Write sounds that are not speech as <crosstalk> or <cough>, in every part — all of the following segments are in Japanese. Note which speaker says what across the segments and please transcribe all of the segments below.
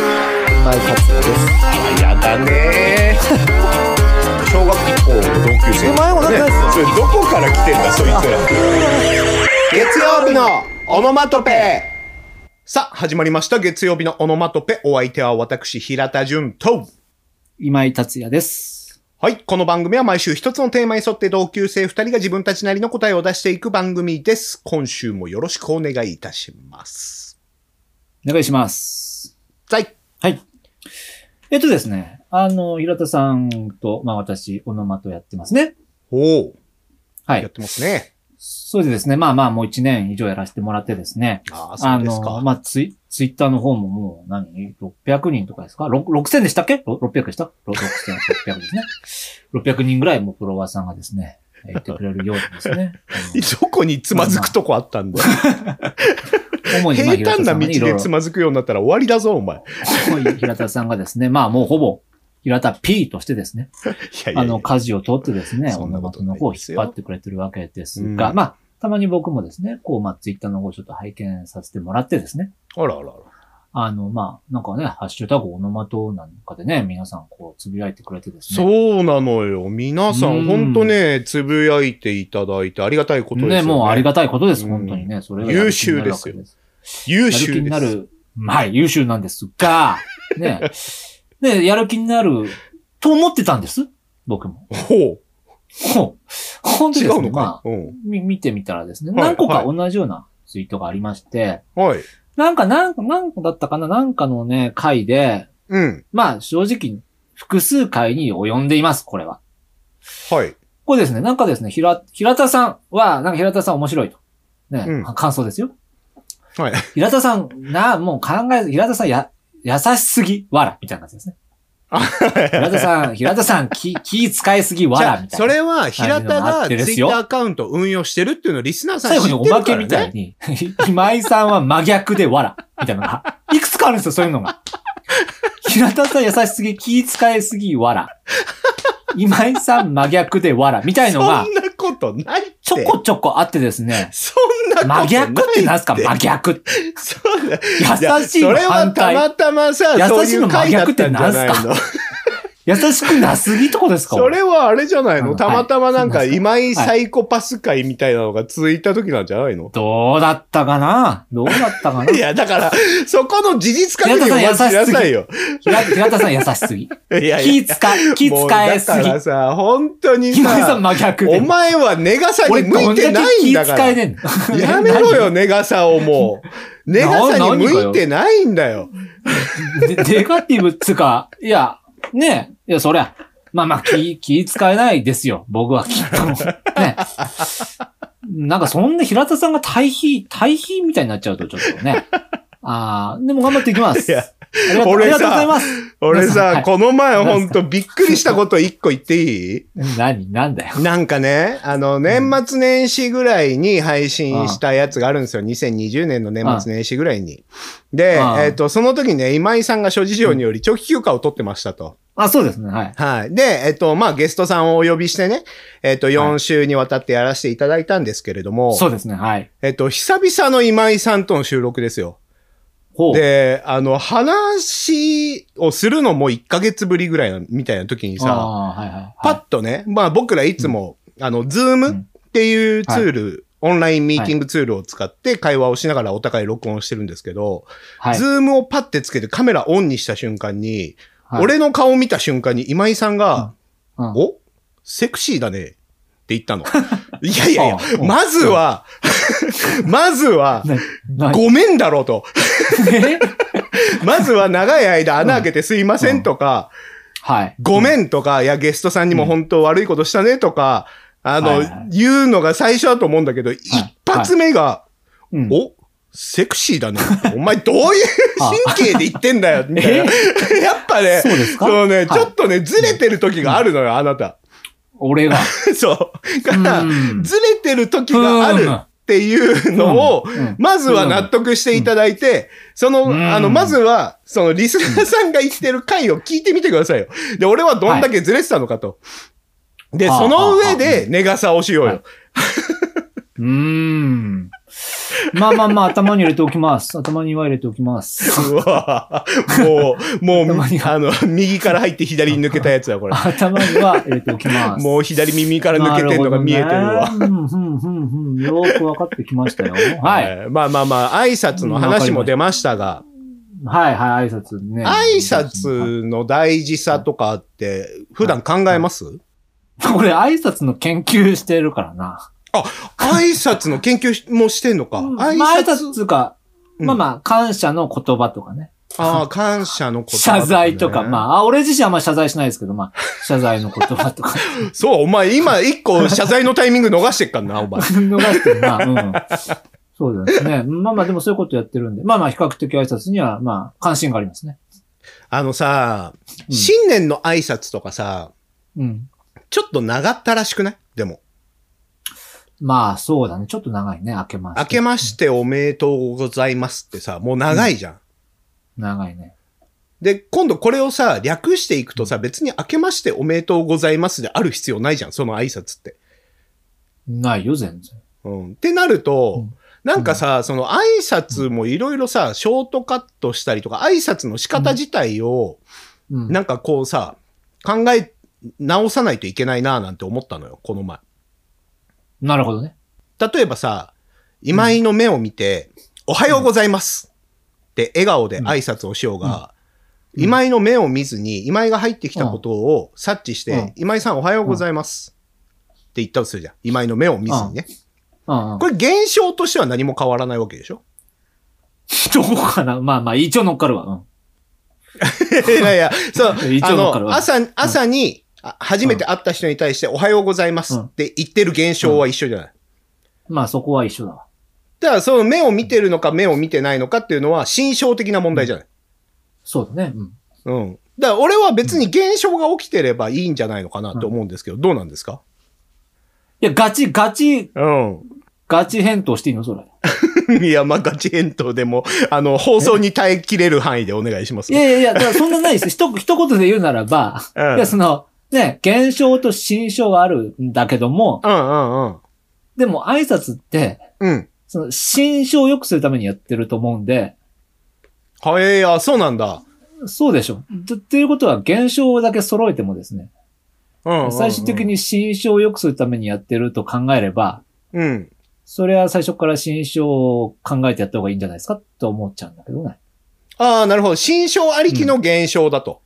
Speaker 1: 今井達也です
Speaker 2: あやだ <laughs> ねー小学校の同級生
Speaker 1: お前も仲良いっすよ
Speaker 2: それどこから来てんだそいつら <laughs> 月曜日のオノマトペさあ始まりました月曜日のオノマトペお相手は私平田純と
Speaker 3: 今井達也です。
Speaker 2: はい。この番組は毎週一つのテーマに沿って同級生二人が自分たちなりの答えを出していく番組です。今週もよろしくお願いいたします。
Speaker 3: お願いします。
Speaker 2: はい。
Speaker 3: はい。えっとですね、あの、平田さんと、まあ私、オノマトやってますね。
Speaker 2: おお、
Speaker 3: は
Speaker 2: やっ
Speaker 3: い。
Speaker 2: てますね。
Speaker 3: そうでですね、まあまあもう1年以上やらせてもらってですね。
Speaker 2: ああ、そうです
Speaker 3: あ
Speaker 2: か。
Speaker 3: の、まあツイ、ツイッターの方ももう何、?600 人とかですかろ ?6000 でしたっけろ ?600 でしたろ ?6600 ですね。600人ぐらいもうフォロワーさんがですね、えーいてくれるようにですね。
Speaker 2: <laughs> どこにつまずくとこあったんだ。
Speaker 3: あの主にま
Speaker 2: 平
Speaker 3: あ平田
Speaker 2: 坦
Speaker 3: さ
Speaker 2: なん道
Speaker 3: がねいろい
Speaker 2: で
Speaker 3: ろ
Speaker 2: つまずくようになったら終わりだぞ、お前。い
Speaker 3: 平田さんがですね、まあもうほぼ、平田 P としてですね、
Speaker 2: やいや
Speaker 3: あ
Speaker 2: いや
Speaker 3: の、舵を取ってですね、
Speaker 2: そ
Speaker 3: オ
Speaker 2: んな
Speaker 3: ノ
Speaker 2: こ
Speaker 3: マ
Speaker 2: と
Speaker 3: ト
Speaker 2: な
Speaker 3: の
Speaker 2: い
Speaker 3: 方を
Speaker 2: で
Speaker 3: 引
Speaker 2: す
Speaker 3: っ
Speaker 2: よ
Speaker 3: 張ってくれてるわけですが、
Speaker 2: うん
Speaker 3: まあ、たまに僕もですね、こう、まあ、ツイッターの方をちょっと拝見させてもらってですね、
Speaker 2: あらあらあら。
Speaker 3: あの、まあ、なんかね、ハッシュタグオノマトなんかでね、皆さんこう、つぶやいてくれてですね。
Speaker 2: そうなのよ。皆さ、
Speaker 3: うんん
Speaker 2: ほんとね、つぶやいていただいてありがたいことですよね。
Speaker 3: ね、もうありがたいことです、
Speaker 2: うん
Speaker 3: 本当にね。それが
Speaker 2: 優秀ですよ優
Speaker 3: 優秀
Speaker 2: 秀
Speaker 3: に
Speaker 2: で
Speaker 3: なるわ
Speaker 2: す。
Speaker 3: けです。はい、優秀なんですが、ね、ね、やる気になると思ってたんです、
Speaker 2: <laughs>
Speaker 3: 僕も。
Speaker 2: ほ
Speaker 3: ほう
Speaker 2: う。
Speaker 3: 本当
Speaker 2: 違
Speaker 3: ですね
Speaker 2: うの
Speaker 3: まあ
Speaker 2: かいうん。
Speaker 3: み、見てみたらですね、
Speaker 2: はい
Speaker 3: 何個
Speaker 2: は
Speaker 3: か
Speaker 2: い
Speaker 3: 同じようなツイートがありまして、
Speaker 2: はい。
Speaker 3: なんか何個、何個だったかななんかのね、回で、
Speaker 2: うん。
Speaker 3: まあ正直、複数回に及んでいます、これは。
Speaker 2: はい。
Speaker 3: これですね、なんかですね、ひら、平田さんは、なんか平田さん面白いと。ね、
Speaker 2: うん
Speaker 3: 感想ですよ。
Speaker 2: はい。
Speaker 3: 平田さん、なあ、もう考えず、平田さんや、優しすぎ、わら、みたいな感じですね。平田さん、平田さん、気、気使いすぎ、わ
Speaker 2: じゃ
Speaker 3: ら、み
Speaker 2: あ、
Speaker 3: たいな。
Speaker 2: それは、平田が
Speaker 3: 感じのもあっ
Speaker 2: ツ
Speaker 3: て
Speaker 2: イ
Speaker 3: で
Speaker 2: ッ
Speaker 3: す
Speaker 2: タ
Speaker 3: よ
Speaker 2: ーアカウント運用してるっていうのをリスナーさん知
Speaker 3: 最
Speaker 2: って
Speaker 3: 後に
Speaker 2: る
Speaker 3: お
Speaker 2: から、ね、
Speaker 3: まけみたいに、今井さんは真逆で笑みたいなのが、いくつかあるんですよ、そういうのが。平田さん優しすぎ、気遣いすぎ、笑今井さん真逆で笑みたい
Speaker 2: そ
Speaker 3: のが、
Speaker 2: んなことないって。
Speaker 3: ちょこちょこあってですね、
Speaker 2: そんなことないっ
Speaker 3: 真
Speaker 2: て。
Speaker 3: 逆ってなんすか真逆って。
Speaker 2: そうだ
Speaker 3: 優しい
Speaker 2: そ
Speaker 3: の
Speaker 2: れは
Speaker 3: 反
Speaker 2: た
Speaker 3: 対。
Speaker 2: またまさ、
Speaker 3: 優しい
Speaker 2: そういう
Speaker 3: の
Speaker 2: 回
Speaker 3: 真
Speaker 2: だっ
Speaker 3: 逆ったて
Speaker 2: んじゃ
Speaker 3: なんす
Speaker 2: な
Speaker 3: か
Speaker 2: いの。
Speaker 3: 優しくなすぎってことですか
Speaker 2: それはあれじゃないの
Speaker 3: うん
Speaker 2: たまたまなんか
Speaker 3: はい
Speaker 2: 今井サイコパス会みたいなのが続いた時なんじゃないの、
Speaker 3: どうだったかなどうだったかない
Speaker 2: や、だから、そこの事実確認をまずしなさいよ。
Speaker 3: 平平田さん優しすぎ。
Speaker 2: いやい
Speaker 3: 気
Speaker 2: や。
Speaker 3: 遣い、気
Speaker 2: もう
Speaker 3: 遣いす
Speaker 2: だ
Speaker 3: ぎ
Speaker 2: か。らさ、本当に
Speaker 3: 今井さ
Speaker 2: さ
Speaker 3: ん、真逆で。
Speaker 2: お前はネガさに
Speaker 3: 俺
Speaker 2: 向
Speaker 3: ど
Speaker 2: い
Speaker 3: んだ
Speaker 2: て
Speaker 3: け
Speaker 2: ないん
Speaker 3: 気
Speaker 2: だか
Speaker 3: 遣
Speaker 2: ら
Speaker 3: い。ねんの
Speaker 2: やめろよ、ネガさをもう。ネガさに向いてないんだよ。
Speaker 3: でネガティブっつうか、いや、ねえ、いや、そりゃ、まあまあ、気、気使えないですよ。僕はきっと。ねなんか、そんな平田さんが対比、対比みたいになっちゃうと、ちょっとね。ああ、でも頑張っていきます。
Speaker 2: いや
Speaker 3: ありがとうあ
Speaker 2: 俺さ
Speaker 3: りがとうございます。
Speaker 2: 俺
Speaker 3: 皆さんは
Speaker 2: さ、
Speaker 3: い
Speaker 2: この前ほんとびっくりしたこと一個言っていい
Speaker 3: 何、なんだよ。
Speaker 2: <laughs> なんかね、あの、年末年始ぐらいに配信したやつがあるんですよ。2020年の年末年始ぐらいに。で、
Speaker 3: ああ
Speaker 2: えっ、と、その時にね、今井さんが諸事情により長期休暇を取ってましたと。
Speaker 3: あ、そうですね、はい。
Speaker 2: はい。で、えっ、と、まあ、ゲストさんをお呼びしてね、えっ、と、4週にわたってやらせていただいたんですけれども、
Speaker 3: そうですね、はい。
Speaker 2: えっ、と、久々の今井さんとの収録ですよ。
Speaker 3: ほう。
Speaker 2: で、あの、話をするのも1ヶ月ぶりぐらいなみたいな時に
Speaker 3: あ
Speaker 2: さ、
Speaker 3: あ、はいはいはい。
Speaker 2: パッとね、まあ僕らいつも、あの、ズー
Speaker 3: う
Speaker 2: ム
Speaker 3: ん
Speaker 2: っていうツール、オンラインミーティングツールを使って会話をしながらお互い録音してるんですけど、
Speaker 3: はい
Speaker 2: ズームをパッてつけてカメラオンにした瞬間に、
Speaker 3: はい、
Speaker 2: 俺の顔見た瞬間に今井さんが、
Speaker 3: うんうん
Speaker 2: おセクシーだねって言
Speaker 3: <laughs>
Speaker 2: ったの。いやいやいや
Speaker 3: う、ん
Speaker 2: まずは、 <laughs> まずは、
Speaker 3: ね、な
Speaker 2: ごめんだろうと。
Speaker 3: ね
Speaker 2: まずは長い間穴開けてすいませんとか、
Speaker 3: はい。
Speaker 2: ごめんとか、いや、ゲストさんにも本当悪いことしたねとか、あの、
Speaker 3: はいはい
Speaker 2: 言うのが最初だと思うんだけど、一発目が、
Speaker 3: うん。
Speaker 2: おセクシーだ
Speaker 3: <laughs>
Speaker 2: ね。お前どういう神経で言ってんだよ、みたいな。
Speaker 3: え
Speaker 2: やっぱね、
Speaker 3: そうですか
Speaker 2: そうね、
Speaker 3: はい
Speaker 2: ちょっとね、ずれてる時があるのよ、あなた。 <laughs>
Speaker 3: 俺が。
Speaker 2: そう。から、
Speaker 3: うん
Speaker 2: <laughs> ずれてる時があるっていうのを、
Speaker 3: うん
Speaker 2: まずは納得していただいて、その、
Speaker 3: うん
Speaker 2: あの、まずは、その、リスナーさんが言ってる回を聞いてみてくださいよ。で、俺はどんだけずれてたのかと。で、
Speaker 3: はあ
Speaker 2: その上
Speaker 3: はあは
Speaker 2: で、ネガさをしよう
Speaker 3: は
Speaker 2: よ
Speaker 3: い。うーん。まあまあまあ、頭に入れておきます。頭には入れておきます。
Speaker 2: うわもう、も
Speaker 3: <laughs>
Speaker 2: う、
Speaker 3: 頭に
Speaker 2: あの、右から入って左に抜けたやつだ、これ。
Speaker 3: 頭には入れておきます。
Speaker 2: もう左耳から抜けてるのが見えてるわ。
Speaker 3: なるほどねうん、うん、うん、うん。よーく分かってきましたよ。はい。
Speaker 2: えーまあまあまあ、挨拶の話も出ましたが、
Speaker 3: はい、はい、挨拶ね。
Speaker 2: 挨拶の大事さとかって、普段考えます、
Speaker 3: 俺、挨拶の研究してるからな。
Speaker 2: 挨拶の研究しもしてんのか。
Speaker 3: まあ、挨拶つうか、まあまあ、感謝の言葉とかね。
Speaker 2: ああ、感謝のこと、
Speaker 3: 謝罪とか、ま
Speaker 2: あ。
Speaker 3: あ、俺自身はあんま謝罪しないですけど、まあ、謝罪の言葉とか、
Speaker 2: そう、お前今一個謝罪のタイミング逃してっから
Speaker 3: <laughs>
Speaker 2: な、お前。
Speaker 3: 逃してるな。うん。 <laughs> そうですね。まあまあ、でもそういうことやってるんで、まあまあ、比較的挨拶には、まあ、関心がありますね。
Speaker 2: あのさ、
Speaker 3: うん
Speaker 2: 新年の挨拶とかさ、
Speaker 3: うん。
Speaker 2: ちょっと長ったらしくないでも。
Speaker 3: まあ、そうだね。ちょっと長いね。明けまして。
Speaker 2: 明けましておめでとうございますってさ、もう長いじゃん。
Speaker 3: 長いね。
Speaker 2: で、今度これをさ、略していくとさ、別に明けましておめでとうございますである必要ないじゃん、その挨拶って。
Speaker 3: ないよ、全然。
Speaker 2: うん。ってなると、
Speaker 3: うん
Speaker 2: なんかさ、その挨拶もいろいろさ、ショートカットしたりとか、挨拶の仕方自体を、
Speaker 3: うん。
Speaker 2: なんかこうさ、考え直さないといけないなぁなんて思ったのよ、この前。
Speaker 3: なるほどね。
Speaker 2: 例えばさ、今井の目を見て、おはようございますって笑顔で挨拶をしようが、
Speaker 3: うん
Speaker 2: 今井の目を見ずに、今井が入ってきたことを察知して、
Speaker 3: うん
Speaker 2: 今井さんおはようございますって言ったとするじゃん。今井の目を見ずにね。
Speaker 3: うん、うん。
Speaker 2: これ現象としては何も変わらないわけでしょ
Speaker 3: どうかなまあまあ、一応乗っかるわ。うん。
Speaker 2: <laughs> いやいや、そう、あ
Speaker 3: 一応わかる
Speaker 2: の、
Speaker 3: わ
Speaker 2: 朝、朝に、あ初めて会った人に対しておはようございますって言ってる現象は一緒じゃない。
Speaker 3: まあ、そこは一緒だわ。
Speaker 2: だからその目を見てるのか目を見てないのかっていうのは心象的な問題じゃない。
Speaker 3: そうだね。うん。
Speaker 2: うん。だから俺は別に現象が起きてればいいんじゃないのかなと思うんですけど、どうなんですか
Speaker 3: いや、ガチ、ガチ、
Speaker 2: うん。 <laughs>
Speaker 3: ガチ返答していいのそれ。
Speaker 2: いや、まあ、ガチ返答でも、あの、放送に耐えきれる範囲でお願いします
Speaker 3: い。やいやいや、だからそんなないです。ひと一言で言うならば、
Speaker 2: うん
Speaker 3: いや、その、ね、現象と心象があるんだけども、
Speaker 2: うんうんうん。
Speaker 3: でも挨拶って、
Speaker 2: うん。
Speaker 3: その、心象を良くするためにやってると思うんで、
Speaker 2: はえー、あ、そうなんだ。
Speaker 3: そうでしょ。とということは、現象だけ揃えてもですね、
Speaker 2: うんうんうん
Speaker 3: 最終的。に心象を良くするためにやってると考えれば、
Speaker 2: うん。
Speaker 3: それは最初から心象を考えてやった方がいいんじゃないですかと思っちゃうんだけどね。
Speaker 2: ああ、なるほど。心象ありきの現象だと。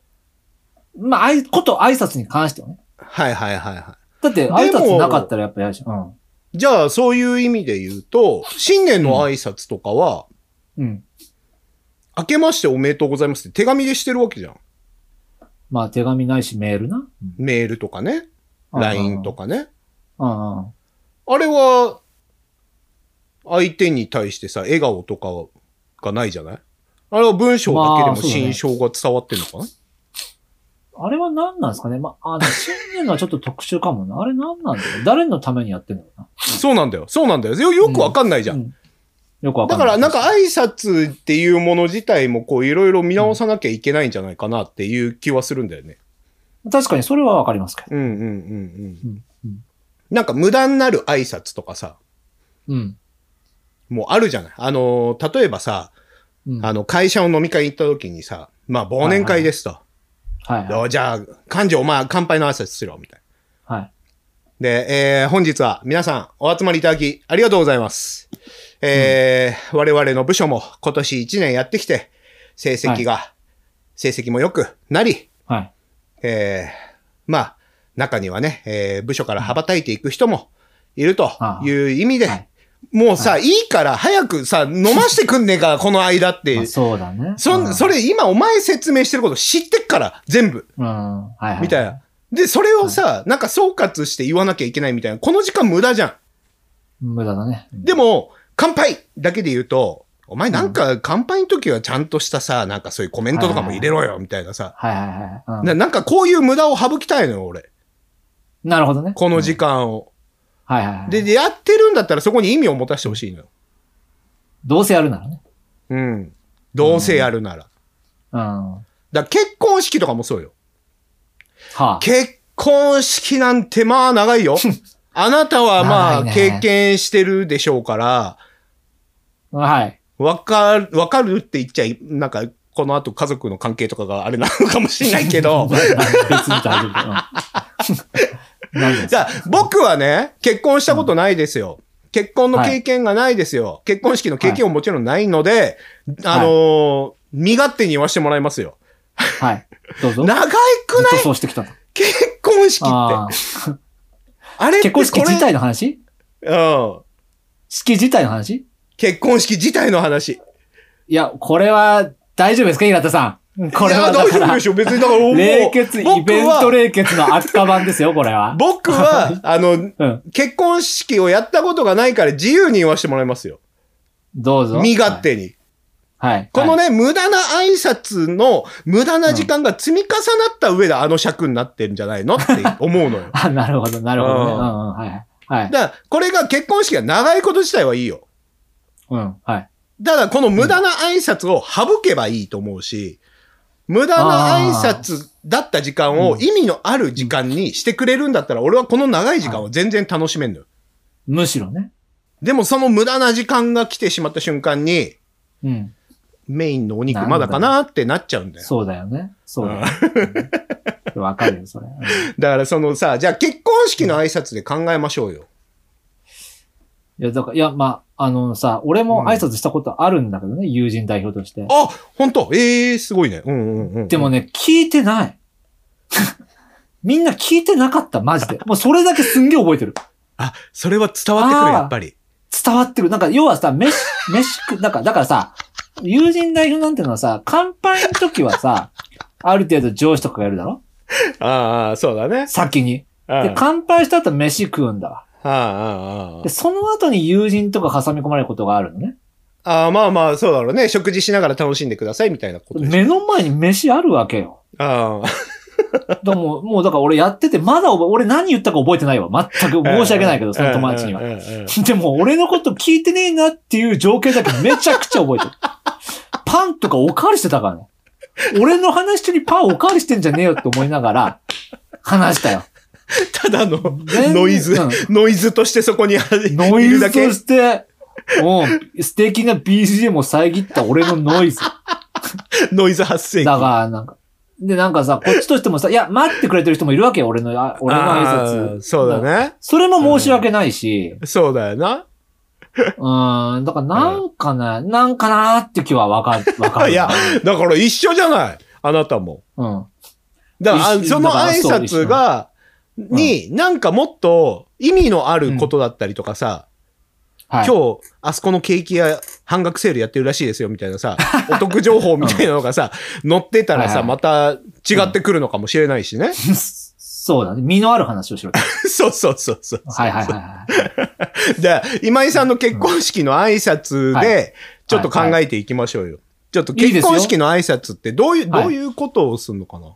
Speaker 3: まあ、あい、こと挨拶に関してはね。
Speaker 2: はいはいはいは
Speaker 3: だって、挨拶なかったらやっぱ嫌じゃん。
Speaker 2: い。じゃあ、そういう意味で言うと、新年の挨拶とかは、
Speaker 3: うん。うん。
Speaker 2: 明けましておめでとうございますって手紙でしてるわけじゃん。
Speaker 3: まあ、手紙ないしメールな。
Speaker 2: メールとかね、LINE と
Speaker 3: か。
Speaker 2: かね。
Speaker 3: うんうん。
Speaker 2: あれは、相手に対してさ、笑顔とかがないじゃないあれは文章だけで
Speaker 3: まあ
Speaker 2: も
Speaker 3: そうだね
Speaker 2: 心象が伝わってるのかな、
Speaker 3: あれは何なんですかねまあ、あの、新年のはちょっと特殊かもな。あれ何なんだろう誰のためにやってんのかな
Speaker 2: そうなんだよ。そうなんだよ。よよくわかんないじゃん。
Speaker 3: うんよくわ
Speaker 2: だ
Speaker 3: かん
Speaker 2: か
Speaker 3: ない。
Speaker 2: らなんか、挨拶っていうもの自体もこういろいろ見直さなきゃいけないんじゃないかなっていう気はするんだよね。
Speaker 3: 確かにそれはわかりますけど。
Speaker 2: うんうんうんう。
Speaker 3: うんん。うん
Speaker 2: なんか無駄になる挨拶とかさ、
Speaker 3: うん。
Speaker 2: もうあるじゃないあのー、例えばさ、
Speaker 3: うん。は
Speaker 2: あ
Speaker 3: い
Speaker 2: の会社の飲み会行った時にさ、まあ忘年会ですと。
Speaker 3: はい。
Speaker 2: おじゃあ、幹事お前乾杯の挨拶しろ、みたいな。
Speaker 3: はい。
Speaker 2: で、えー本日は皆さんお集まりいただきありがとうございます。えー我々の部署も今年1年やってきて、成績が、成績も良くなり、
Speaker 3: はい。
Speaker 2: えーまあ、中にはね、えー部署から羽ばたいていく人もいるという意味で、
Speaker 3: はい
Speaker 2: もうさ、い、いから早くさ、飲ましてくんねえ
Speaker 3: <laughs>
Speaker 2: か、この間って
Speaker 3: まあ。そうだね。
Speaker 2: そ、
Speaker 3: うん
Speaker 2: そ、れ今お前説明してること知ってっから、全部。
Speaker 3: うん。はいはい。
Speaker 2: みたいな。で、それをさ、なんか総括して言わなきゃいけないみたいな。この時間無駄じゃん。
Speaker 3: 無駄だね。
Speaker 2: でも、乾杯だけで言うと、お前なんか乾杯の時はちゃんとしたさ、なんかそういうコメントとかも入れろよ、みたいなさ。
Speaker 3: はいはいはい。うん
Speaker 2: ななんかこういう無駄を省きたいのよ、俺。
Speaker 3: なるほどね。
Speaker 2: この時
Speaker 3: 間。
Speaker 2: 間を。
Speaker 3: はいはいはい。
Speaker 2: で、でやってるんだったらそこに意味を持たせてほしいのよ。
Speaker 3: どうせやるならね。
Speaker 2: うん。どうせやるなら。
Speaker 3: うん。は
Speaker 2: だから結婚式とかもそうよ。
Speaker 3: あ。
Speaker 2: 結婚式なん <laughs> てまあ長いよ。あなたはまあ
Speaker 3: 長いね
Speaker 2: 経験してるでしょうから、
Speaker 3: はい。
Speaker 2: わかる、わかるって言っちゃい、なんか、この後家族の関係とかがあれなのかもしれないけど <laughs>
Speaker 3: <laughs>、別に大丈夫。 <laughs> うん、大丈夫です
Speaker 2: <laughs> じゃあ、僕はね、結婚したことないですよ。結婚の経験がないですよ。結婚式の経験ももちろんないので、あのー身勝手に言わせてもらいますよ。
Speaker 3: はい。どうぞ。ずっ
Speaker 2: 長くな
Speaker 3: と
Speaker 2: い
Speaker 3: そうしてきたと。
Speaker 2: 結婚式って。
Speaker 3: あ
Speaker 2: あ
Speaker 3: ー
Speaker 2: れって
Speaker 3: 結
Speaker 2: こ
Speaker 3: 婚
Speaker 2: れ、
Speaker 3: 式自体の話
Speaker 2: うん。
Speaker 3: 式自体の話
Speaker 2: 結婚式自体の話。
Speaker 3: いや、これは大丈夫ですか平田さん。これ
Speaker 2: い
Speaker 3: は
Speaker 2: や
Speaker 3: だ
Speaker 2: 大丈
Speaker 3: か
Speaker 2: 夫
Speaker 3: ら
Speaker 2: で、しょ別に、だからもう、
Speaker 3: <laughs> 冷血、イベント
Speaker 2: 僕は、
Speaker 3: 冷血の悪化版ですよ、これは。
Speaker 2: 僕
Speaker 3: <laughs>
Speaker 2: は、あの、
Speaker 3: うん。
Speaker 2: 結婚式をやったことがないから自由に言わせてもらいますよ。
Speaker 3: どうぞ。
Speaker 2: 身勝手に。
Speaker 3: はい。はい。
Speaker 2: この
Speaker 3: ね、
Speaker 2: ね、無駄な挨拶の無駄な時間が積み重なった上であの尺になってんじゃないのって思うの
Speaker 3: <laughs>
Speaker 2: よ
Speaker 3: <laughs> 。あ、なるほど、なるほどね。
Speaker 2: う
Speaker 3: うんん、うん、はい。はい。
Speaker 2: だから、これが結婚式が長いこと自体はいいよ。
Speaker 3: うん、はい。
Speaker 2: ただ、この無駄な挨拶を省けばいいと思うし、無駄な挨拶だった時間を
Speaker 3: うん
Speaker 2: 意味のある時間にしてくれるんだったら、俺はこの長い時間を全然楽しめんのよ。
Speaker 3: むしろね。
Speaker 2: でも、その無駄な時間が来てしまった瞬間に、
Speaker 3: うん。
Speaker 2: メインのお肉まだかなってなっちゃうんだよ。
Speaker 3: そうだよね。そうだよね。うん <laughs> わかるよ、それ。うん
Speaker 2: だから、そのさ、じゃあ結婚式の挨拶で考えましょうよ。
Speaker 3: いや、だから、いや、まあ、あのさ、俺も挨拶したことあるんだけどね、友人代表として。
Speaker 2: あ、本当ええー、すごいね。うんうんうん。
Speaker 3: でも
Speaker 2: ね、
Speaker 3: ね、聞いてない。 <laughs> みんな聞いてなかった、マジで。もうそれだけすんげえ覚えてる。
Speaker 2: あ、それは伝わってくる、
Speaker 3: あー
Speaker 2: やっぱり。
Speaker 3: 伝わってる。なんか、要はさ、 <laughs> 飯、飯食、なんか、だからさ、友人代表なんてのはさ、乾杯の時はさ、ある程度上司とかがやるだろ
Speaker 2: ああ、そうだね。
Speaker 3: 先に。
Speaker 2: あ
Speaker 3: で、
Speaker 2: あ
Speaker 3: 乾杯した後飯食うんだわ。
Speaker 2: ああ
Speaker 3: で、その後に友人とか挟み込まれることがあるのね。
Speaker 2: ああ、まあまあ、そうだろうね。食事しながら楽しんでください、みたいなことでしょ。
Speaker 3: 目の前に飯あるわけよ。
Speaker 2: あ
Speaker 3: だからもう、もうだから俺やってて、まだ覚え俺何言ったか覚えてないわ。全く
Speaker 2: あ。
Speaker 3: 申し訳ないけど、その友達に <laughs> は。 <laughs> でも、俺のこと聞いてねえなっていう情景だけめちゃくちゃ覚え
Speaker 2: <laughs>
Speaker 3: てる。パンとかおかわりしてたからね。俺の話中にパンおかわりしてんじゃねえよって思いながら、話したよ。
Speaker 2: ただの
Speaker 3: 全然
Speaker 2: ノイズ、
Speaker 3: う
Speaker 2: ノイズとしてそこにある
Speaker 3: ノ
Speaker 2: い
Speaker 3: イ
Speaker 2: る
Speaker 3: ズ
Speaker 2: だ
Speaker 3: と
Speaker 2: け。
Speaker 3: して、うん、素敵な BGM を遮った俺のノイズ。だ
Speaker 2: ノイズ発生器。
Speaker 3: から、なんか、で、なんかさ、こっちとしてもさ、いや、待ってくれてる人もいるわけよ、俺の、あ俺の挨
Speaker 2: あー
Speaker 3: 拶。
Speaker 2: そうだ。ね。
Speaker 3: それも申し訳ないし、
Speaker 2: そうだよな。
Speaker 3: うん、だからなんかな、なんかなーって気はわかる、わかる。
Speaker 2: いやだから一緒じゃない。あなたも。
Speaker 3: うん。
Speaker 2: だから、あ
Speaker 3: 一緒
Speaker 2: その
Speaker 3: だから
Speaker 2: 挨
Speaker 3: そう
Speaker 2: 拶が、
Speaker 3: 緒
Speaker 2: に、なんかもっと意味のあることだったりとかさ、
Speaker 3: はい。
Speaker 2: 今日、あそこのケーキ屋半額セールやってるらしいですよ、みたいな
Speaker 3: <laughs>
Speaker 2: さ、お得情報みたいなのがさ、載ってたら
Speaker 3: はい
Speaker 2: さ、
Speaker 3: はい
Speaker 2: また違ってくるのかもしれないしね。
Speaker 3: そうだね。身のある話をしろと。
Speaker 2: <laughs> そうそうそうそう。
Speaker 3: はいはいはいはい。
Speaker 2: で、今井さんの結婚式の挨拶
Speaker 3: うんはい
Speaker 2: で、ちょっと考えていきましょうよ。ちょっと
Speaker 3: いいで
Speaker 2: 結
Speaker 3: すよ
Speaker 2: 婚式の挨拶ってどういう、
Speaker 3: はい
Speaker 2: どういうことをするのかな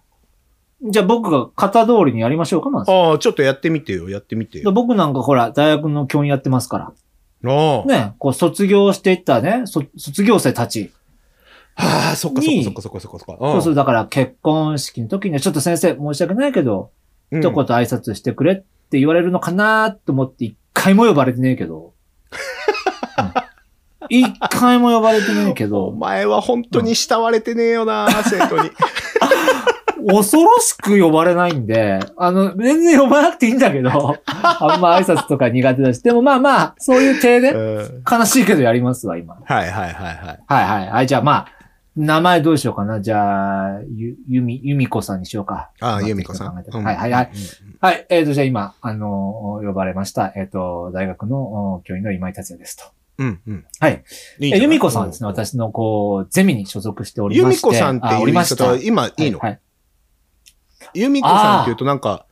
Speaker 3: じゃあ僕が型通りにやりましょうか、まず。
Speaker 2: ああ、ちょっとやってみてよ、やってみてよ。
Speaker 3: 僕なんかほら、大学の教員やってますか
Speaker 2: あ
Speaker 3: ら。
Speaker 2: あ。
Speaker 3: ね、こう卒業していったね、そ卒業生たち。
Speaker 2: はあ、そっかそっかそっかそっかそっか。
Speaker 3: そうそう、だから結婚式の時には、ちょっと先生申し訳ないけど、
Speaker 2: うん
Speaker 3: 一言挨拶してくれって言われるのかなと思って、一回も呼ばれてねえ
Speaker 2: <laughs>
Speaker 3: けど。うん一、回も呼ばれてねえけ
Speaker 2: お
Speaker 3: ど、
Speaker 2: 前は本当に慕われてねえよ
Speaker 3: <laughs>
Speaker 2: な、生徒に。
Speaker 3: 恐ろしく呼ばれないんで、あの、全然呼ばなくていいんだ
Speaker 2: <laughs>
Speaker 3: けど、あんま挨拶とか苦手だし、でもまあまあ、そういう体で、
Speaker 2: うん
Speaker 3: 悲しいけどやりますわ、今。
Speaker 2: はいはいはいはい。
Speaker 3: はいはい。はい、じゃあまあ、名前どうしようかな。じゃあ、ゆ、ゆみ、ゆみこさんにしようか。
Speaker 2: ああ、ゆみこさん。
Speaker 3: 考えてはいはいはい。はい、えっ、と、じゃあ今、あのー呼ばれました、えっ、と、大学のお教員の今井達也ですと。
Speaker 2: うんうん。
Speaker 3: はい。
Speaker 2: いいじゃな
Speaker 3: え、
Speaker 2: い
Speaker 3: ゆみこさんはですね、。
Speaker 2: う
Speaker 3: 私のこう、ゼミに所属しており
Speaker 2: ゆ
Speaker 3: ま
Speaker 2: み
Speaker 3: して。
Speaker 2: こさんって
Speaker 3: あお
Speaker 2: い
Speaker 3: り
Speaker 2: う
Speaker 3: まし
Speaker 2: 人
Speaker 3: た
Speaker 2: と、今いいの
Speaker 3: はいはい。
Speaker 2: ゆみこさんっていうとなんか、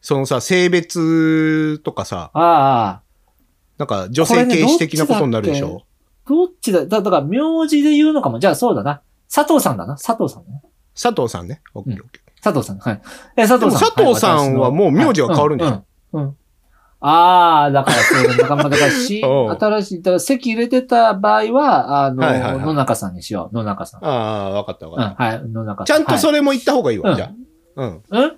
Speaker 2: そのさ、性別とかさ、
Speaker 3: ああああ、
Speaker 2: なんか女性
Speaker 3: これね
Speaker 2: 軽視的なことになるでし
Speaker 3: どっ
Speaker 2: ょ
Speaker 3: どっちだ、だだから、名字で言うのかも。じゃあそうだな。佐藤さんだな。佐藤さんだな。
Speaker 2: 佐藤さんね。オッケーオッケ
Speaker 3: 佐藤さん。はい。え、佐
Speaker 2: でも
Speaker 3: 藤さん。
Speaker 2: 佐藤さん
Speaker 3: い私の
Speaker 2: はもう名字が変わるんでしょ
Speaker 3: はいうんうんうんああ、だからそうだ、仲間だからし、
Speaker 2: <laughs> おう
Speaker 3: 新しい、だから席入れてた場合は、あの、
Speaker 2: はいはいはい
Speaker 3: 野中さんにしよう。野中さん。
Speaker 2: ー。ああ、わかった
Speaker 3: う
Speaker 2: わ
Speaker 3: ん、
Speaker 2: かっ
Speaker 3: はい、野中
Speaker 2: た。ち
Speaker 3: さ
Speaker 2: ゃ
Speaker 3: ん。
Speaker 2: んと
Speaker 3: は
Speaker 2: それも言った方がいいわ、
Speaker 3: うん <laughs>
Speaker 2: じゃあ。うん。
Speaker 3: い、うん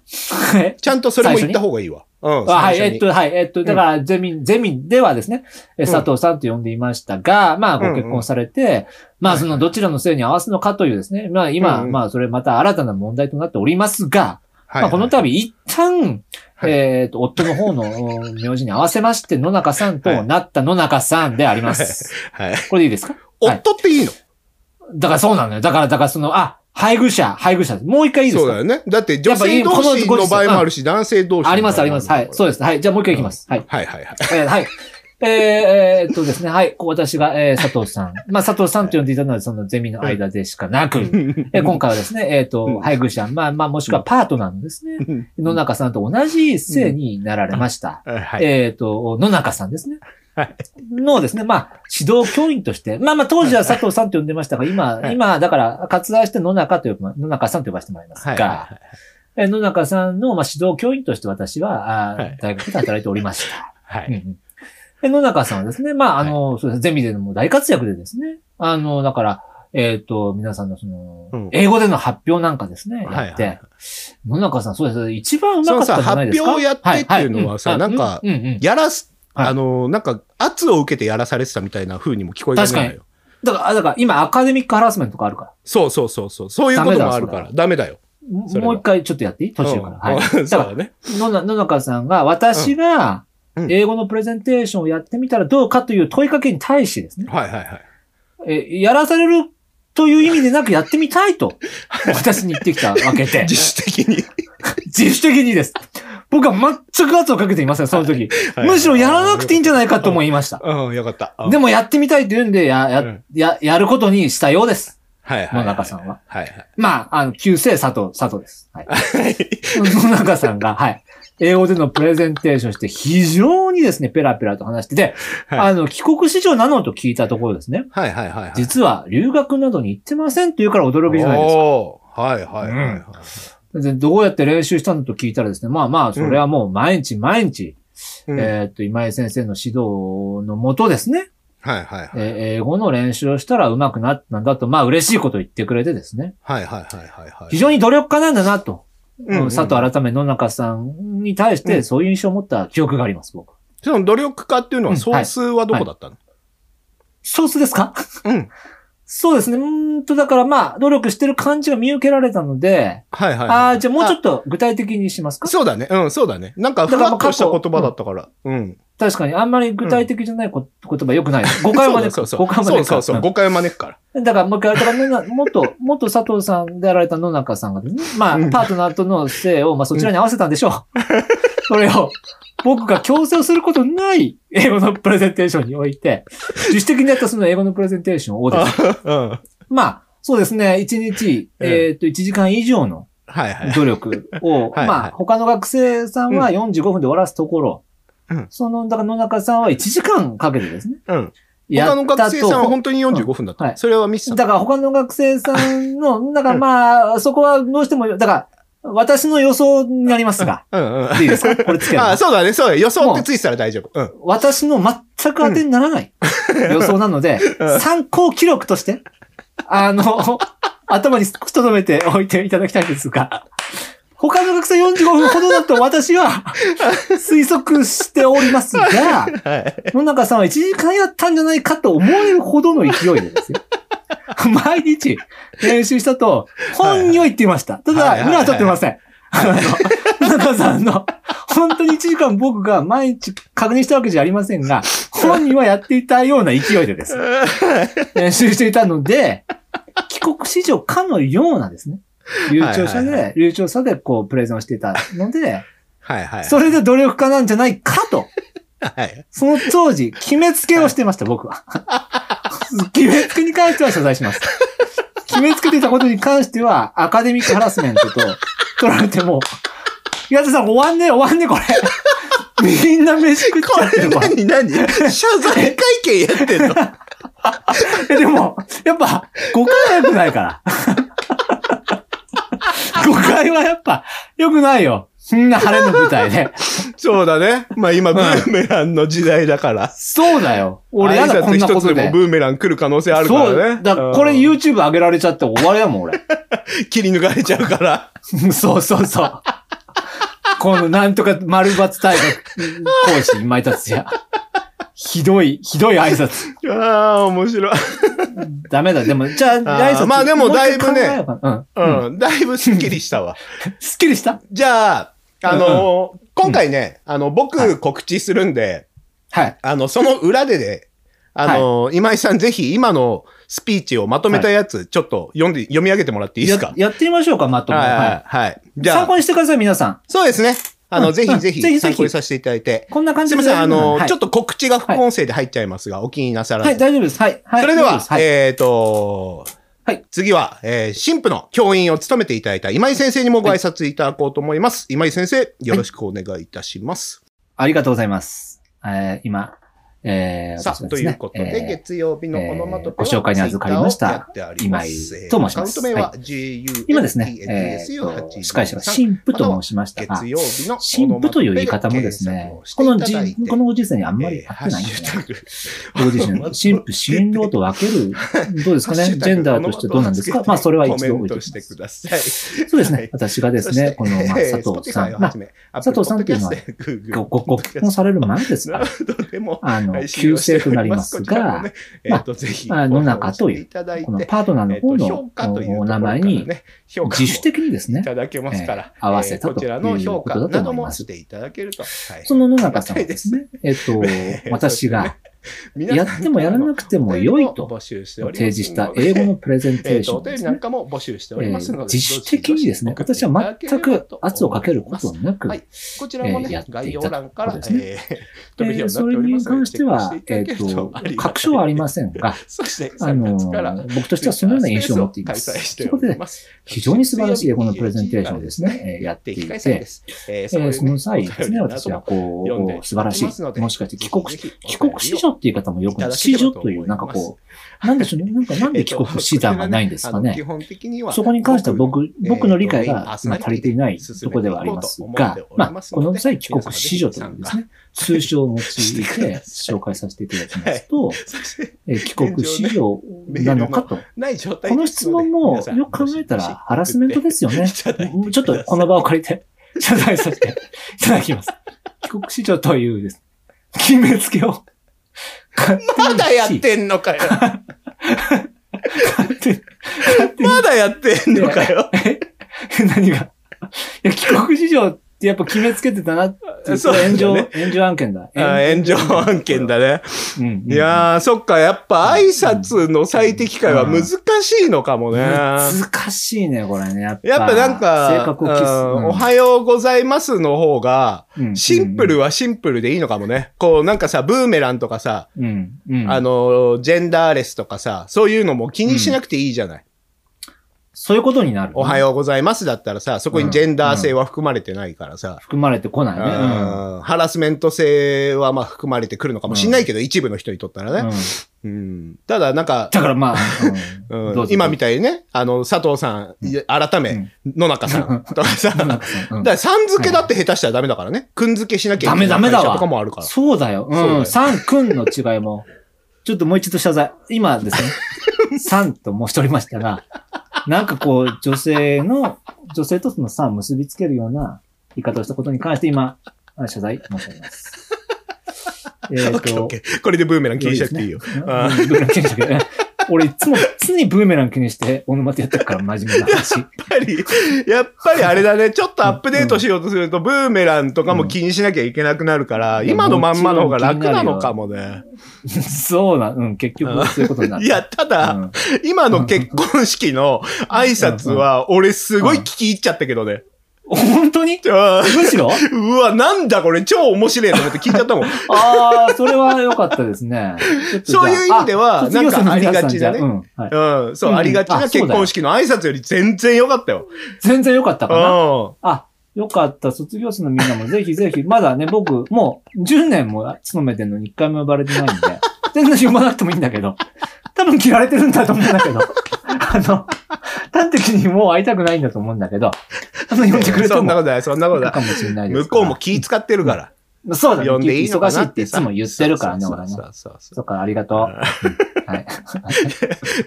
Speaker 3: え
Speaker 2: ちゃんとそれも言った方がいいわ。うん。
Speaker 3: あはい、
Speaker 2: 最初に
Speaker 3: えっと、はい、えっと、だから、ゼミ、ゼミではですね、
Speaker 2: う
Speaker 3: え
Speaker 2: ん
Speaker 3: 佐藤さんと呼んでいましたが、まあ、
Speaker 2: うんう
Speaker 3: ご
Speaker 2: ん
Speaker 3: 結婚されて、まあ、その、どちらの性に合わすのかというですね、まあ、
Speaker 2: う
Speaker 3: 今、
Speaker 2: んうん
Speaker 3: まあ、それまた新たな問題となっておりますが、
Speaker 2: はい
Speaker 3: まあ、この度、一旦、
Speaker 2: はい
Speaker 3: えっと、夫の方の
Speaker 2: <laughs>
Speaker 3: うん名字に合わせまして、野中さん
Speaker 2: は
Speaker 3: と
Speaker 2: い
Speaker 3: なった野中さんであります。
Speaker 2: はい。
Speaker 3: これでいいですかはい
Speaker 2: 夫っていいの
Speaker 3: だから、そうなのよ。だから、だから、その、あ、配偶者、配偶者です。もう一回いいです
Speaker 2: そう
Speaker 3: か
Speaker 2: だよね。だって女性
Speaker 3: やっぱ
Speaker 2: 同
Speaker 3: この
Speaker 2: 士の場合もあるし、男性同士の場合も
Speaker 3: あります、あります。はい。そう
Speaker 2: う
Speaker 3: です。はい。じゃあ、もう一回いきます。はい。
Speaker 2: はいはいはい。
Speaker 3: えーはい。えーえーっとですね、はい。こう私が、えー佐藤さ
Speaker 2: <laughs>
Speaker 3: ん。まあ、佐藤さんと呼んでいたのは、そのゼミの間でしかなく、えー今回はですね、えーっ
Speaker 2: うん
Speaker 3: と、配偶者、まあ、まあ、もしくはパートナーのですね、
Speaker 2: うん
Speaker 3: 野中さんと同じ姓になられました。
Speaker 2: はい。
Speaker 3: えーっと、野中さんですね
Speaker 2: はい。
Speaker 3: のですね、まあ、指導教員として、まあまあ、当時は佐藤さんと呼んでましたが、今、
Speaker 2: はい
Speaker 3: 今、だから、割愛して野中と呼ば、野中さんと呼ばせてもらいますが、
Speaker 2: はいは
Speaker 3: えー野中さんの、まあ、指導教員として私は、あー
Speaker 2: はい
Speaker 3: 大学で働いておりました。
Speaker 2: は
Speaker 3: うん
Speaker 2: い。
Speaker 3: うんで野中さんはですね、まあ、あの、そうですゼミでも大活躍でですね、あの、だから、えっ、と、皆さんのその、
Speaker 2: うん
Speaker 3: 英語での発表なんかですね、
Speaker 2: はい
Speaker 3: やって、
Speaker 2: はいはい
Speaker 3: 野中さん、そうです。一番うま
Speaker 2: そ
Speaker 3: か
Speaker 2: の
Speaker 3: った
Speaker 2: さ、
Speaker 3: んじゃないで
Speaker 2: 発
Speaker 3: すか
Speaker 2: 表やってっていうのはさ、
Speaker 3: い
Speaker 2: ないんか、
Speaker 3: うんうんうん
Speaker 2: やらす、
Speaker 3: はい
Speaker 2: あの、なんか、圧を受けてやらされてたみたいな風にも聞こえる
Speaker 3: 確かに
Speaker 2: よ。
Speaker 3: だから、あだから今アカデミックハラスメントがあるから。
Speaker 2: そうそうそうそう。そういうこともあるから、ダメだよ。
Speaker 3: も
Speaker 2: それは
Speaker 3: もう一回ちょっとやっていい途中から。はい。
Speaker 2: うんそうだね。
Speaker 3: 野中野中さんが、私が
Speaker 2: うんうん
Speaker 3: 英語のプレゼンテーションをやってみたらどうかという問いかけに対してですね、
Speaker 2: はいはいはい。
Speaker 3: え、やらされるという意味でなくやってみ
Speaker 2: <laughs>
Speaker 3: たいと、私に言ってきたわけで
Speaker 2: 自、主的に。
Speaker 3: 自主的にです。僕は全く圧をかけていません、その時。 <laughs> むしろやらなくていいんじゃないかと思いました。
Speaker 2: うん、よかった。うん
Speaker 3: でもやってみたいというんで、や、
Speaker 2: う
Speaker 3: や
Speaker 2: ん、
Speaker 3: や、やることにしたようです。
Speaker 2: はいはい。
Speaker 3: 野中さんは。
Speaker 2: はいはい。
Speaker 3: まあ、あの、旧姓佐藤、佐藤です。はい。
Speaker 2: はい
Speaker 3: 野中さんが、はい。英語でのプレゼンテーションして、非常にですね、ペラペラと話してて、
Speaker 2: はい
Speaker 3: あの、帰国子女なのと聞いたところですね。
Speaker 2: はいはいはいはい。
Speaker 3: <laughs> 実は、留学などに行ってませんというから驚きじゃないですか。
Speaker 2: おーはいはいはいはい。
Speaker 3: でどうやって練習したのと聞いたらですね、まあまあ、それはもう毎日毎日、
Speaker 2: うん
Speaker 3: えーっと、今井先生の指導のもとですね、
Speaker 2: はいはいはい。
Speaker 3: えー英語の練習をしたら上手くなったんだと、まあ嬉しいことを言ってくれてですね、
Speaker 2: はいはいはいはいはい。
Speaker 3: 非常に努力家なんだなと、
Speaker 2: うんうん
Speaker 3: 佐藤改め野中さんに対し
Speaker 2: う
Speaker 3: て
Speaker 2: ん
Speaker 3: そういう印象を持った記憶があります、僕。
Speaker 2: その努力家っていうのは、総数はどこだったの
Speaker 3: ソースですか
Speaker 2: うん。
Speaker 3: そうですね。うーんと、だからまあ、努力してる感じが見受けられたので、
Speaker 2: はいはい。
Speaker 3: ああ、じゃあもうちょ
Speaker 2: と。
Speaker 3: っと具体的にしますか
Speaker 2: そうだね。うん、そうだね。なんか、ふわっとした言葉だったから。うん。
Speaker 3: 確かに、あんまり具体的じゃないこ、言葉良くないです。誤解を招
Speaker 2: そ
Speaker 3: く。
Speaker 2: うそう
Speaker 3: 誤解を
Speaker 2: そう
Speaker 3: 招く。
Speaker 2: そうそう。
Speaker 3: う
Speaker 2: 誤解を招くから。
Speaker 3: んだからもう一回、だから野中元、 <laughs> 元佐藤さんであられた野中さんがですね、まあ
Speaker 2: うん、
Speaker 3: パートナーとの性を、まあそちらに合わせたんでしょう。 <laughs> それを、僕が強制することない英語のプレゼンテーションにおいて、自主的にやったその英語のプレゼンテーションをですね <laughs>
Speaker 2: うん。はい
Speaker 3: まあ、そうですね。一日、
Speaker 2: うん
Speaker 3: えっと、1時間以上の
Speaker 2: はい。
Speaker 3: 努力を、
Speaker 2: はい
Speaker 3: ま
Speaker 2: はい
Speaker 3: あ、他の学生さんは
Speaker 2: う
Speaker 3: 45分で終わらすところ、
Speaker 2: うん
Speaker 3: その、だから野中さんは1時間かけてですね。
Speaker 2: うん。
Speaker 3: や
Speaker 2: 他
Speaker 3: っ
Speaker 2: の
Speaker 3: た
Speaker 2: 学生さんは
Speaker 3: と。
Speaker 2: 本当に45分だっ
Speaker 3: は
Speaker 2: た。
Speaker 3: い
Speaker 2: それはミスだ。
Speaker 3: だから他の学生さん
Speaker 2: <laughs>
Speaker 3: の、だからまあ、そこはどうしても、だから、私の予想になりますが、
Speaker 2: うんうん。
Speaker 3: いいで
Speaker 2: <laughs>
Speaker 3: すかこれつけるの
Speaker 2: ああ、そうだね、そうだね。予想ってついてたら大丈夫。うん。
Speaker 3: 私の全く当てにならない予想なので、
Speaker 2: うん
Speaker 3: 参考記録として、
Speaker 2: <laughs>
Speaker 3: あの、頭に留めておいていただきたいんですが、他の学生45分ほどだと私は推測しておりますが、
Speaker 2: はい。
Speaker 3: 野中さんは1時間やったんじゃないかと思えるほどの勢いでですよ。 <laughs> 毎日練習したと、本には言っていました。た
Speaker 2: はい
Speaker 3: だ、
Speaker 2: はい
Speaker 3: 今は取ってません。あの野中さんの、本当に1時間僕が毎日確認したわけじゃありませんが、本人はやっていたような勢いで
Speaker 2: <laughs>
Speaker 3: です。練習していたので、帰国子女かのようなですね。流暢さ
Speaker 2: はいはい
Speaker 3: で、流暢さでこうプレゼンをしていたので、
Speaker 2: はいはい。
Speaker 3: それで努力家なんじゃないかと。
Speaker 2: はい。
Speaker 3: その当時、決めつけをしてました、僕は。 <laughs> 決めつけに関しては謝罪します。決めつけてたことに関しては、アカデミックハラスメントと取られても、岩田さん終わんねえ、終わんねえ、これ。みんな飯食っち
Speaker 2: こ
Speaker 3: ゃって
Speaker 2: れ
Speaker 3: るわ。
Speaker 2: 何何謝罪会見やって
Speaker 3: <laughs>
Speaker 2: んの
Speaker 3: え、でも、やっぱ、誤解は良くないから。 <laughs> 誤解はやっぱ、良くないよ。みんな晴れの舞台で。
Speaker 2: そうだね。まあ今、ブーメランの時代だから。
Speaker 3: そうだよ。俺やだ、こんな
Speaker 2: 挨拶
Speaker 3: こ
Speaker 2: 一つで
Speaker 3: と
Speaker 2: も
Speaker 3: で。
Speaker 2: ブーメラン来る可能性あるから
Speaker 3: そ
Speaker 2: ね。
Speaker 3: う。だからこれ
Speaker 2: う
Speaker 3: YouTube 上げられちゃって終わりだもん、俺。 <laughs>
Speaker 2: ん切り抜かれちゃうから。
Speaker 3: そうそうそう。このなんとか丸抜大学講師今井達也。ひどい、ひどい挨拶。
Speaker 2: ああ、面白い。
Speaker 3: ダメだ。でも、じゃあ、
Speaker 2: ー
Speaker 3: 挨拶。
Speaker 2: まあでもだいぶね
Speaker 3: もう一回考えようかな。うん。うん。
Speaker 2: うん、だいぶスッキリしたわ。
Speaker 3: すっきりした
Speaker 2: じゃあ、あのー今回ね、あの、
Speaker 3: は
Speaker 2: 僕告知するんで、
Speaker 3: はい。
Speaker 2: あの、その裏でね、あのー今井さんぜひ今のスピーチをまとめたやつ、ちょっと読んで、読み上げてもらっていいですか
Speaker 3: ややってみましょうか、まとめ。
Speaker 2: はいは
Speaker 3: はい
Speaker 2: はい。
Speaker 3: い。
Speaker 2: じゃ
Speaker 3: 参
Speaker 2: あ
Speaker 3: 考、にしてください、皆さん。
Speaker 2: そうですね。あの、
Speaker 3: うん
Speaker 2: ぜ
Speaker 3: う
Speaker 2: ひ
Speaker 3: ん
Speaker 2: ぜひ
Speaker 3: ぜひぜひ
Speaker 2: 参考にさせていただいて。
Speaker 3: こんな感
Speaker 2: す
Speaker 3: じ
Speaker 2: い
Speaker 3: で。
Speaker 2: ません、あのー、ちょっ
Speaker 3: と。
Speaker 2: と告知が副音声で入っちゃいますが、お気になさらず。
Speaker 3: はい、大丈夫です。はい。はい
Speaker 2: それで
Speaker 3: 大丈夫
Speaker 2: は、
Speaker 3: すはい
Speaker 2: えっ、と、
Speaker 3: はい
Speaker 2: 次は、えー、神父の教員を務めていただいた今井先生にもご挨拶いただこうと思います。今井先生、よろしくお願いいたします。
Speaker 3: ありがとうございます。えー、今、えー、
Speaker 2: さ
Speaker 3: 私
Speaker 2: あ、
Speaker 3: は
Speaker 2: と
Speaker 3: で
Speaker 2: い
Speaker 3: すね
Speaker 2: うことで、
Speaker 3: えー
Speaker 2: 月曜日のオノマトペは
Speaker 3: えーご紹介に預かりました
Speaker 2: Twitter をやってあります
Speaker 3: 今井と申しま
Speaker 2: ア
Speaker 3: す
Speaker 2: カウント名は
Speaker 3: は
Speaker 2: GU。
Speaker 3: 今ですね、えーと、司会者が神父と申しましたが、
Speaker 2: 月曜日の
Speaker 3: 神父という言い方もですね、このじこのご時世にあんまり合ってないんで、ね、ご自身、神父、新郎と分ける、どうです
Speaker 2: <laughs>
Speaker 3: かね、ジェンダーとしてどうなんですかまあ、それは一度
Speaker 2: コメン
Speaker 3: 置いと
Speaker 2: ト
Speaker 3: き
Speaker 2: して
Speaker 3: ま
Speaker 2: く
Speaker 3: す。
Speaker 2: ださい。
Speaker 3: そうです
Speaker 2: は
Speaker 3: ね
Speaker 2: い、
Speaker 3: 私がで
Speaker 2: そ
Speaker 3: す
Speaker 2: して
Speaker 3: ね、この、まあ、
Speaker 2: えー
Speaker 3: 佐藤さ
Speaker 2: Spotify を
Speaker 3: ん、
Speaker 2: は
Speaker 3: まあ
Speaker 2: じ、め
Speaker 3: 佐藤さんっていうのは
Speaker 2: Apple Podcast
Speaker 3: ごごご結婚される前ですから、
Speaker 2: Google どうでも
Speaker 3: あ
Speaker 2: <laughs>
Speaker 3: の、
Speaker 2: 配信
Speaker 3: 急
Speaker 2: をして
Speaker 3: 性
Speaker 2: お
Speaker 3: と
Speaker 2: り
Speaker 3: なります
Speaker 2: こちらも
Speaker 3: が、
Speaker 2: ねえ
Speaker 3: まあ
Speaker 2: ーとぜひ、
Speaker 3: あの中という
Speaker 2: ただい
Speaker 3: この
Speaker 2: て、
Speaker 3: パートナーの
Speaker 2: えー
Speaker 3: 方
Speaker 2: と
Speaker 3: の
Speaker 2: 評価というとこ
Speaker 3: お
Speaker 2: ろか
Speaker 3: 名
Speaker 2: ら
Speaker 3: 前に、
Speaker 2: ね、評価も
Speaker 3: 自主的にですね
Speaker 2: い、ただけますから、
Speaker 3: えー合わせた
Speaker 2: えーこちらの評価などもしていただけると。はい
Speaker 3: その野中さんはですね、えっと
Speaker 2: ね、 <laughs>
Speaker 3: 私が、やってもやらなくて
Speaker 2: て
Speaker 3: も良いと
Speaker 2: 募集しております
Speaker 3: 提示した英語のプレゼンテ
Speaker 2: え
Speaker 3: ー
Speaker 2: ー
Speaker 3: シ
Speaker 2: と
Speaker 3: ョ
Speaker 2: お
Speaker 3: ン
Speaker 2: 便
Speaker 3: で
Speaker 2: り
Speaker 3: す
Speaker 2: なん
Speaker 3: ね。
Speaker 2: かも募集して
Speaker 3: え
Speaker 2: おりますの
Speaker 3: ー
Speaker 2: で、
Speaker 3: 自主的にです
Speaker 2: ど
Speaker 3: ね、
Speaker 2: し
Speaker 3: 私
Speaker 2: どし送
Speaker 3: は
Speaker 2: っていた
Speaker 3: 全
Speaker 2: だければ
Speaker 3: く
Speaker 2: と思います
Speaker 3: 圧をかけることなく、
Speaker 2: はいこちらも
Speaker 3: えーや
Speaker 2: ね
Speaker 3: っ、ていただ
Speaker 2: 概要欄
Speaker 3: く
Speaker 2: から、
Speaker 3: ことですね
Speaker 2: えー飛 <laughs>
Speaker 3: え
Speaker 2: ぶようにな
Speaker 3: ー
Speaker 2: って
Speaker 3: それ
Speaker 2: おりま
Speaker 3: に
Speaker 2: すので
Speaker 3: 関しては
Speaker 2: チェッ、
Speaker 3: え
Speaker 2: ク
Speaker 3: っ
Speaker 2: していただ
Speaker 3: と
Speaker 2: ける、
Speaker 3: 確証はありませ
Speaker 2: <laughs>
Speaker 3: んが、
Speaker 2: そして、
Speaker 3: あ
Speaker 2: 3
Speaker 3: の
Speaker 2: 月から、、
Speaker 3: 僕としてはそのような印象を持っています
Speaker 2: 開催し。て
Speaker 3: そ
Speaker 2: お
Speaker 3: こ
Speaker 2: り
Speaker 3: で、
Speaker 2: ます。
Speaker 3: 非常に素晴らしい英語のプレゼンテーションをですね、えーやってい
Speaker 2: 定期開催で
Speaker 3: て、
Speaker 2: す。えー
Speaker 3: えーその
Speaker 2: そうい
Speaker 3: 際
Speaker 2: う
Speaker 3: ですね、私はこ
Speaker 2: 読ん
Speaker 3: う
Speaker 2: で、
Speaker 3: 素晴らし
Speaker 2: ますので
Speaker 3: い。もしかして帰国し、
Speaker 2: ぜひ
Speaker 3: 帰国子女っていう言い方もよくない、子女という、なんかこう、なんで
Speaker 2: <laughs>
Speaker 3: しょうね、なんかなんで帰国子女がないんですか
Speaker 2: あの基
Speaker 3: ね。
Speaker 2: 本的には、
Speaker 3: そこに関しては僕、
Speaker 2: えー
Speaker 3: 僕の理解
Speaker 2: えー
Speaker 3: がまあ足りていないところではあります
Speaker 2: 進
Speaker 3: が
Speaker 2: めていこうと思ってお、り
Speaker 3: まあ、
Speaker 2: ますの
Speaker 3: こ
Speaker 2: で
Speaker 3: の際帰国子女というですね、通称を用い
Speaker 2: <laughs> してくだ
Speaker 3: て
Speaker 2: さい
Speaker 3: 紹介させていただきますと、
Speaker 2: そして、
Speaker 3: えー帰国子女なのかと。
Speaker 2: ない状態
Speaker 3: この質問もよく考えたらハラスメントです
Speaker 2: <laughs>
Speaker 3: よね。うんちょっとこの場を借りて、謝罪させていただきます。帰国子女というです。決めつけを。
Speaker 2: ま
Speaker 3: ま
Speaker 2: だやっ。てんのかよ。
Speaker 3: 勝手に勝手に
Speaker 2: まだやってんのか
Speaker 3: <laughs>
Speaker 2: よ。
Speaker 3: え何がいや、帰国子女ってやっぱ決めつけてたなっていう。
Speaker 2: そう
Speaker 3: これ
Speaker 2: だね
Speaker 3: 炎上、炎上案件だ。
Speaker 2: あ炎上案件だね。
Speaker 3: うん。うん
Speaker 2: いやー、そっか、やっぱ挨拶の最適解は難しいのかもね。
Speaker 3: 難しいね、これね。やっぱ
Speaker 2: やっぱなん
Speaker 3: 性
Speaker 2: か、
Speaker 3: 格を消
Speaker 2: う
Speaker 3: す
Speaker 2: んお
Speaker 3: よ
Speaker 2: はようございますの方が、
Speaker 3: うん。
Speaker 2: シンプルはシンプルでいいのかもね。こう、なんかさ、ブーメランとかさ、
Speaker 3: うん。うん。
Speaker 2: あの、ジェンダーレスとかさ、そういうのも気にしなくていいじゃない。
Speaker 3: そういうことになる。
Speaker 2: おはようございますだったらさ、そこにジェンダー性は含まれてないからさ、
Speaker 3: 含まれてこないね。うん
Speaker 2: うんハラスメント性はまあ含まれてくるのかもしれないけど、一部の人にとったら
Speaker 3: う
Speaker 2: ね。
Speaker 3: ん
Speaker 2: うんただなんか、
Speaker 3: だからまあ、
Speaker 2: うん
Speaker 3: どうぞ
Speaker 2: 今みたいにね、あの、佐藤さん、いや改め、野中さんとかさ、
Speaker 3: うん
Speaker 2: だか
Speaker 3: うん
Speaker 2: らさん付けだって下手したらダメだからね。くん付けしなきゃいけない
Speaker 3: ダメダメだわ
Speaker 2: 会社とかもあるから。
Speaker 3: そうだよ。
Speaker 2: そうだ
Speaker 3: う
Speaker 2: よ
Speaker 3: ん。さんくんの違いも。ちょっともう一度謝罪。今です
Speaker 2: <laughs>
Speaker 3: ね、さんと申しておりましたが、なんかこう、女性の、女性とそのさん結びつけるような言い方をしたことに関して今、あ謝罪申し上
Speaker 2: <laughs>
Speaker 3: げます。えっ、
Speaker 2: オッケーオッケーこれでブーメラン気にしなくていいよ。
Speaker 3: うん
Speaker 2: あ
Speaker 3: ブーメラン気にしてる。 <laughs> 俺いつも、常にブーメラン気にして、オノマテやってるから真面目な話。
Speaker 2: <laughs> やっぱり、やっぱりあれだね、ちょっとアップデートしようとすると、ブーメランとかも気にしなきゃいけなくなるから、
Speaker 3: うん
Speaker 2: 今のまんまの方が楽なのかもね。
Speaker 3: そうな、うん、結局そういうことになる。
Speaker 2: いや、ただ、
Speaker 3: うん、
Speaker 2: 今の結婚式の挨拶は、俺すごい聞き入っちゃったけどね。
Speaker 3: 本当に
Speaker 2: うわ
Speaker 3: むしろ
Speaker 2: うわ、なんだこれ、超面白いと思って聞いちゃったもん。
Speaker 3: <laughs> ああ、それは良かったですね。ちょっとじゃあ
Speaker 2: そういう意味では
Speaker 3: あ卒業生の皆さんじ
Speaker 2: なんかありがちだ
Speaker 3: ゃ
Speaker 2: ね
Speaker 3: うんはい
Speaker 2: うん、そう、
Speaker 3: うん
Speaker 2: ありがちな
Speaker 3: あそうだ
Speaker 2: 結
Speaker 3: よ
Speaker 2: 婚式の挨拶より全然良かったよ。
Speaker 3: 全然良かったかな。
Speaker 2: う
Speaker 3: あ、良かった。卒業生のみんなもぜひぜひ、まだね、僕、もう10年も勤めてるのに1回も呼ばれてないんで、 <laughs> 全然呼ばなくてもいいんだけど、多分切られてるんだと思うんだけど、 <laughs> あの、端的にもう会いたくないんだと思うんだけど、多分
Speaker 2: ん。
Speaker 3: 呼んでくれて
Speaker 2: そんな
Speaker 3: も
Speaker 2: ことない、そんないこと
Speaker 3: い
Speaker 2: ない。
Speaker 3: かもしれないです
Speaker 2: 向
Speaker 3: から
Speaker 2: こうも気使ってるから。
Speaker 3: そうだね。
Speaker 2: 呼んでいいのか
Speaker 3: 忙し
Speaker 2: ないっ
Speaker 3: って
Speaker 2: て
Speaker 3: いつも言ってるからね、俺ね
Speaker 2: そ。うそうそう
Speaker 3: そ
Speaker 2: そう
Speaker 3: か、ありがとう。うんはい。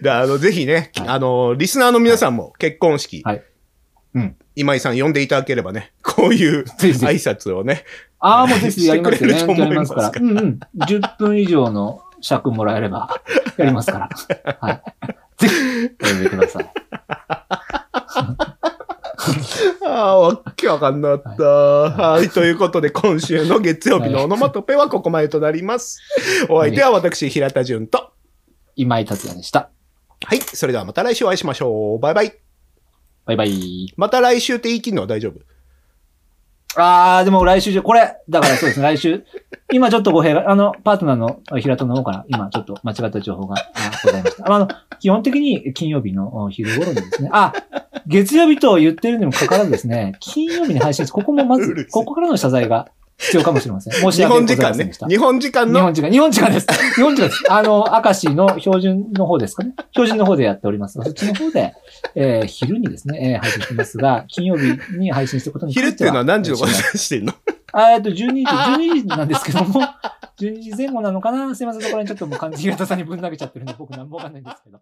Speaker 2: う。で、あの、ぜひね、
Speaker 3: はい
Speaker 2: あの、リスナーの皆さんも結婚式
Speaker 3: はい、うん
Speaker 2: 今井さん呼んでいただければね、こういう
Speaker 3: ぜひ
Speaker 2: 挨
Speaker 3: ぜひ。
Speaker 2: 拶をね、
Speaker 3: ああ、もうぜひやりますよね。
Speaker 2: して
Speaker 3: や
Speaker 2: くれると思
Speaker 3: り
Speaker 2: いま
Speaker 3: ますす
Speaker 2: か
Speaker 3: からら。うんうん。10分以上の尺もらえれば、 <laughs> やりますから。はい。ぜひ、やめてください。
Speaker 2: ああ、わっけわかんなかった。はい、ということで、今週の月曜日のオノマトペはここまでとなります。お相手は私、平田純と。
Speaker 3: 今井達也でした。
Speaker 2: はい、それではまた来週お会いしましょう。バイバイ。
Speaker 3: バイバイ。
Speaker 2: また来週って言い切るのは大丈夫
Speaker 3: あー、でも来週じゃ、これ、だからそうですね、来 <laughs> 週。今ちょっとご弊害、あの、パートナーの平田の方から、今ちょっと間違った情報があございました。あの、基本的に金曜日のお昼頃にですね、あ、月曜日と言ってるにもかかわらずですね、金曜日に配信です。ここもま
Speaker 2: うる
Speaker 3: ず
Speaker 2: せえ、
Speaker 3: ここからの謝罪が必要かもしれません。申し
Speaker 2: 日
Speaker 3: 訳ご
Speaker 2: 本
Speaker 3: ざ
Speaker 2: 時
Speaker 3: いま
Speaker 2: 間
Speaker 3: せん
Speaker 2: ね
Speaker 3: でした。。
Speaker 2: 日本時間
Speaker 3: 日
Speaker 2: の
Speaker 3: 本時間、日本
Speaker 2: <laughs>
Speaker 3: 時間です。日本時間です。あの、明石の標準の方ですかね。標準の方でやっております。そっちの方で、えー昼にですね、えー配信してますが、金曜日に配信してることについて
Speaker 2: 昼
Speaker 3: は
Speaker 2: っていうのは何時のこと
Speaker 3: えー
Speaker 2: してんの
Speaker 3: あえっと、12時、12時なんですけども、12時前後なのかなすいません、そこら辺ちょっともう完全に平田さんにぶん投げちゃってるんで、僕なんもわかんないんですけど。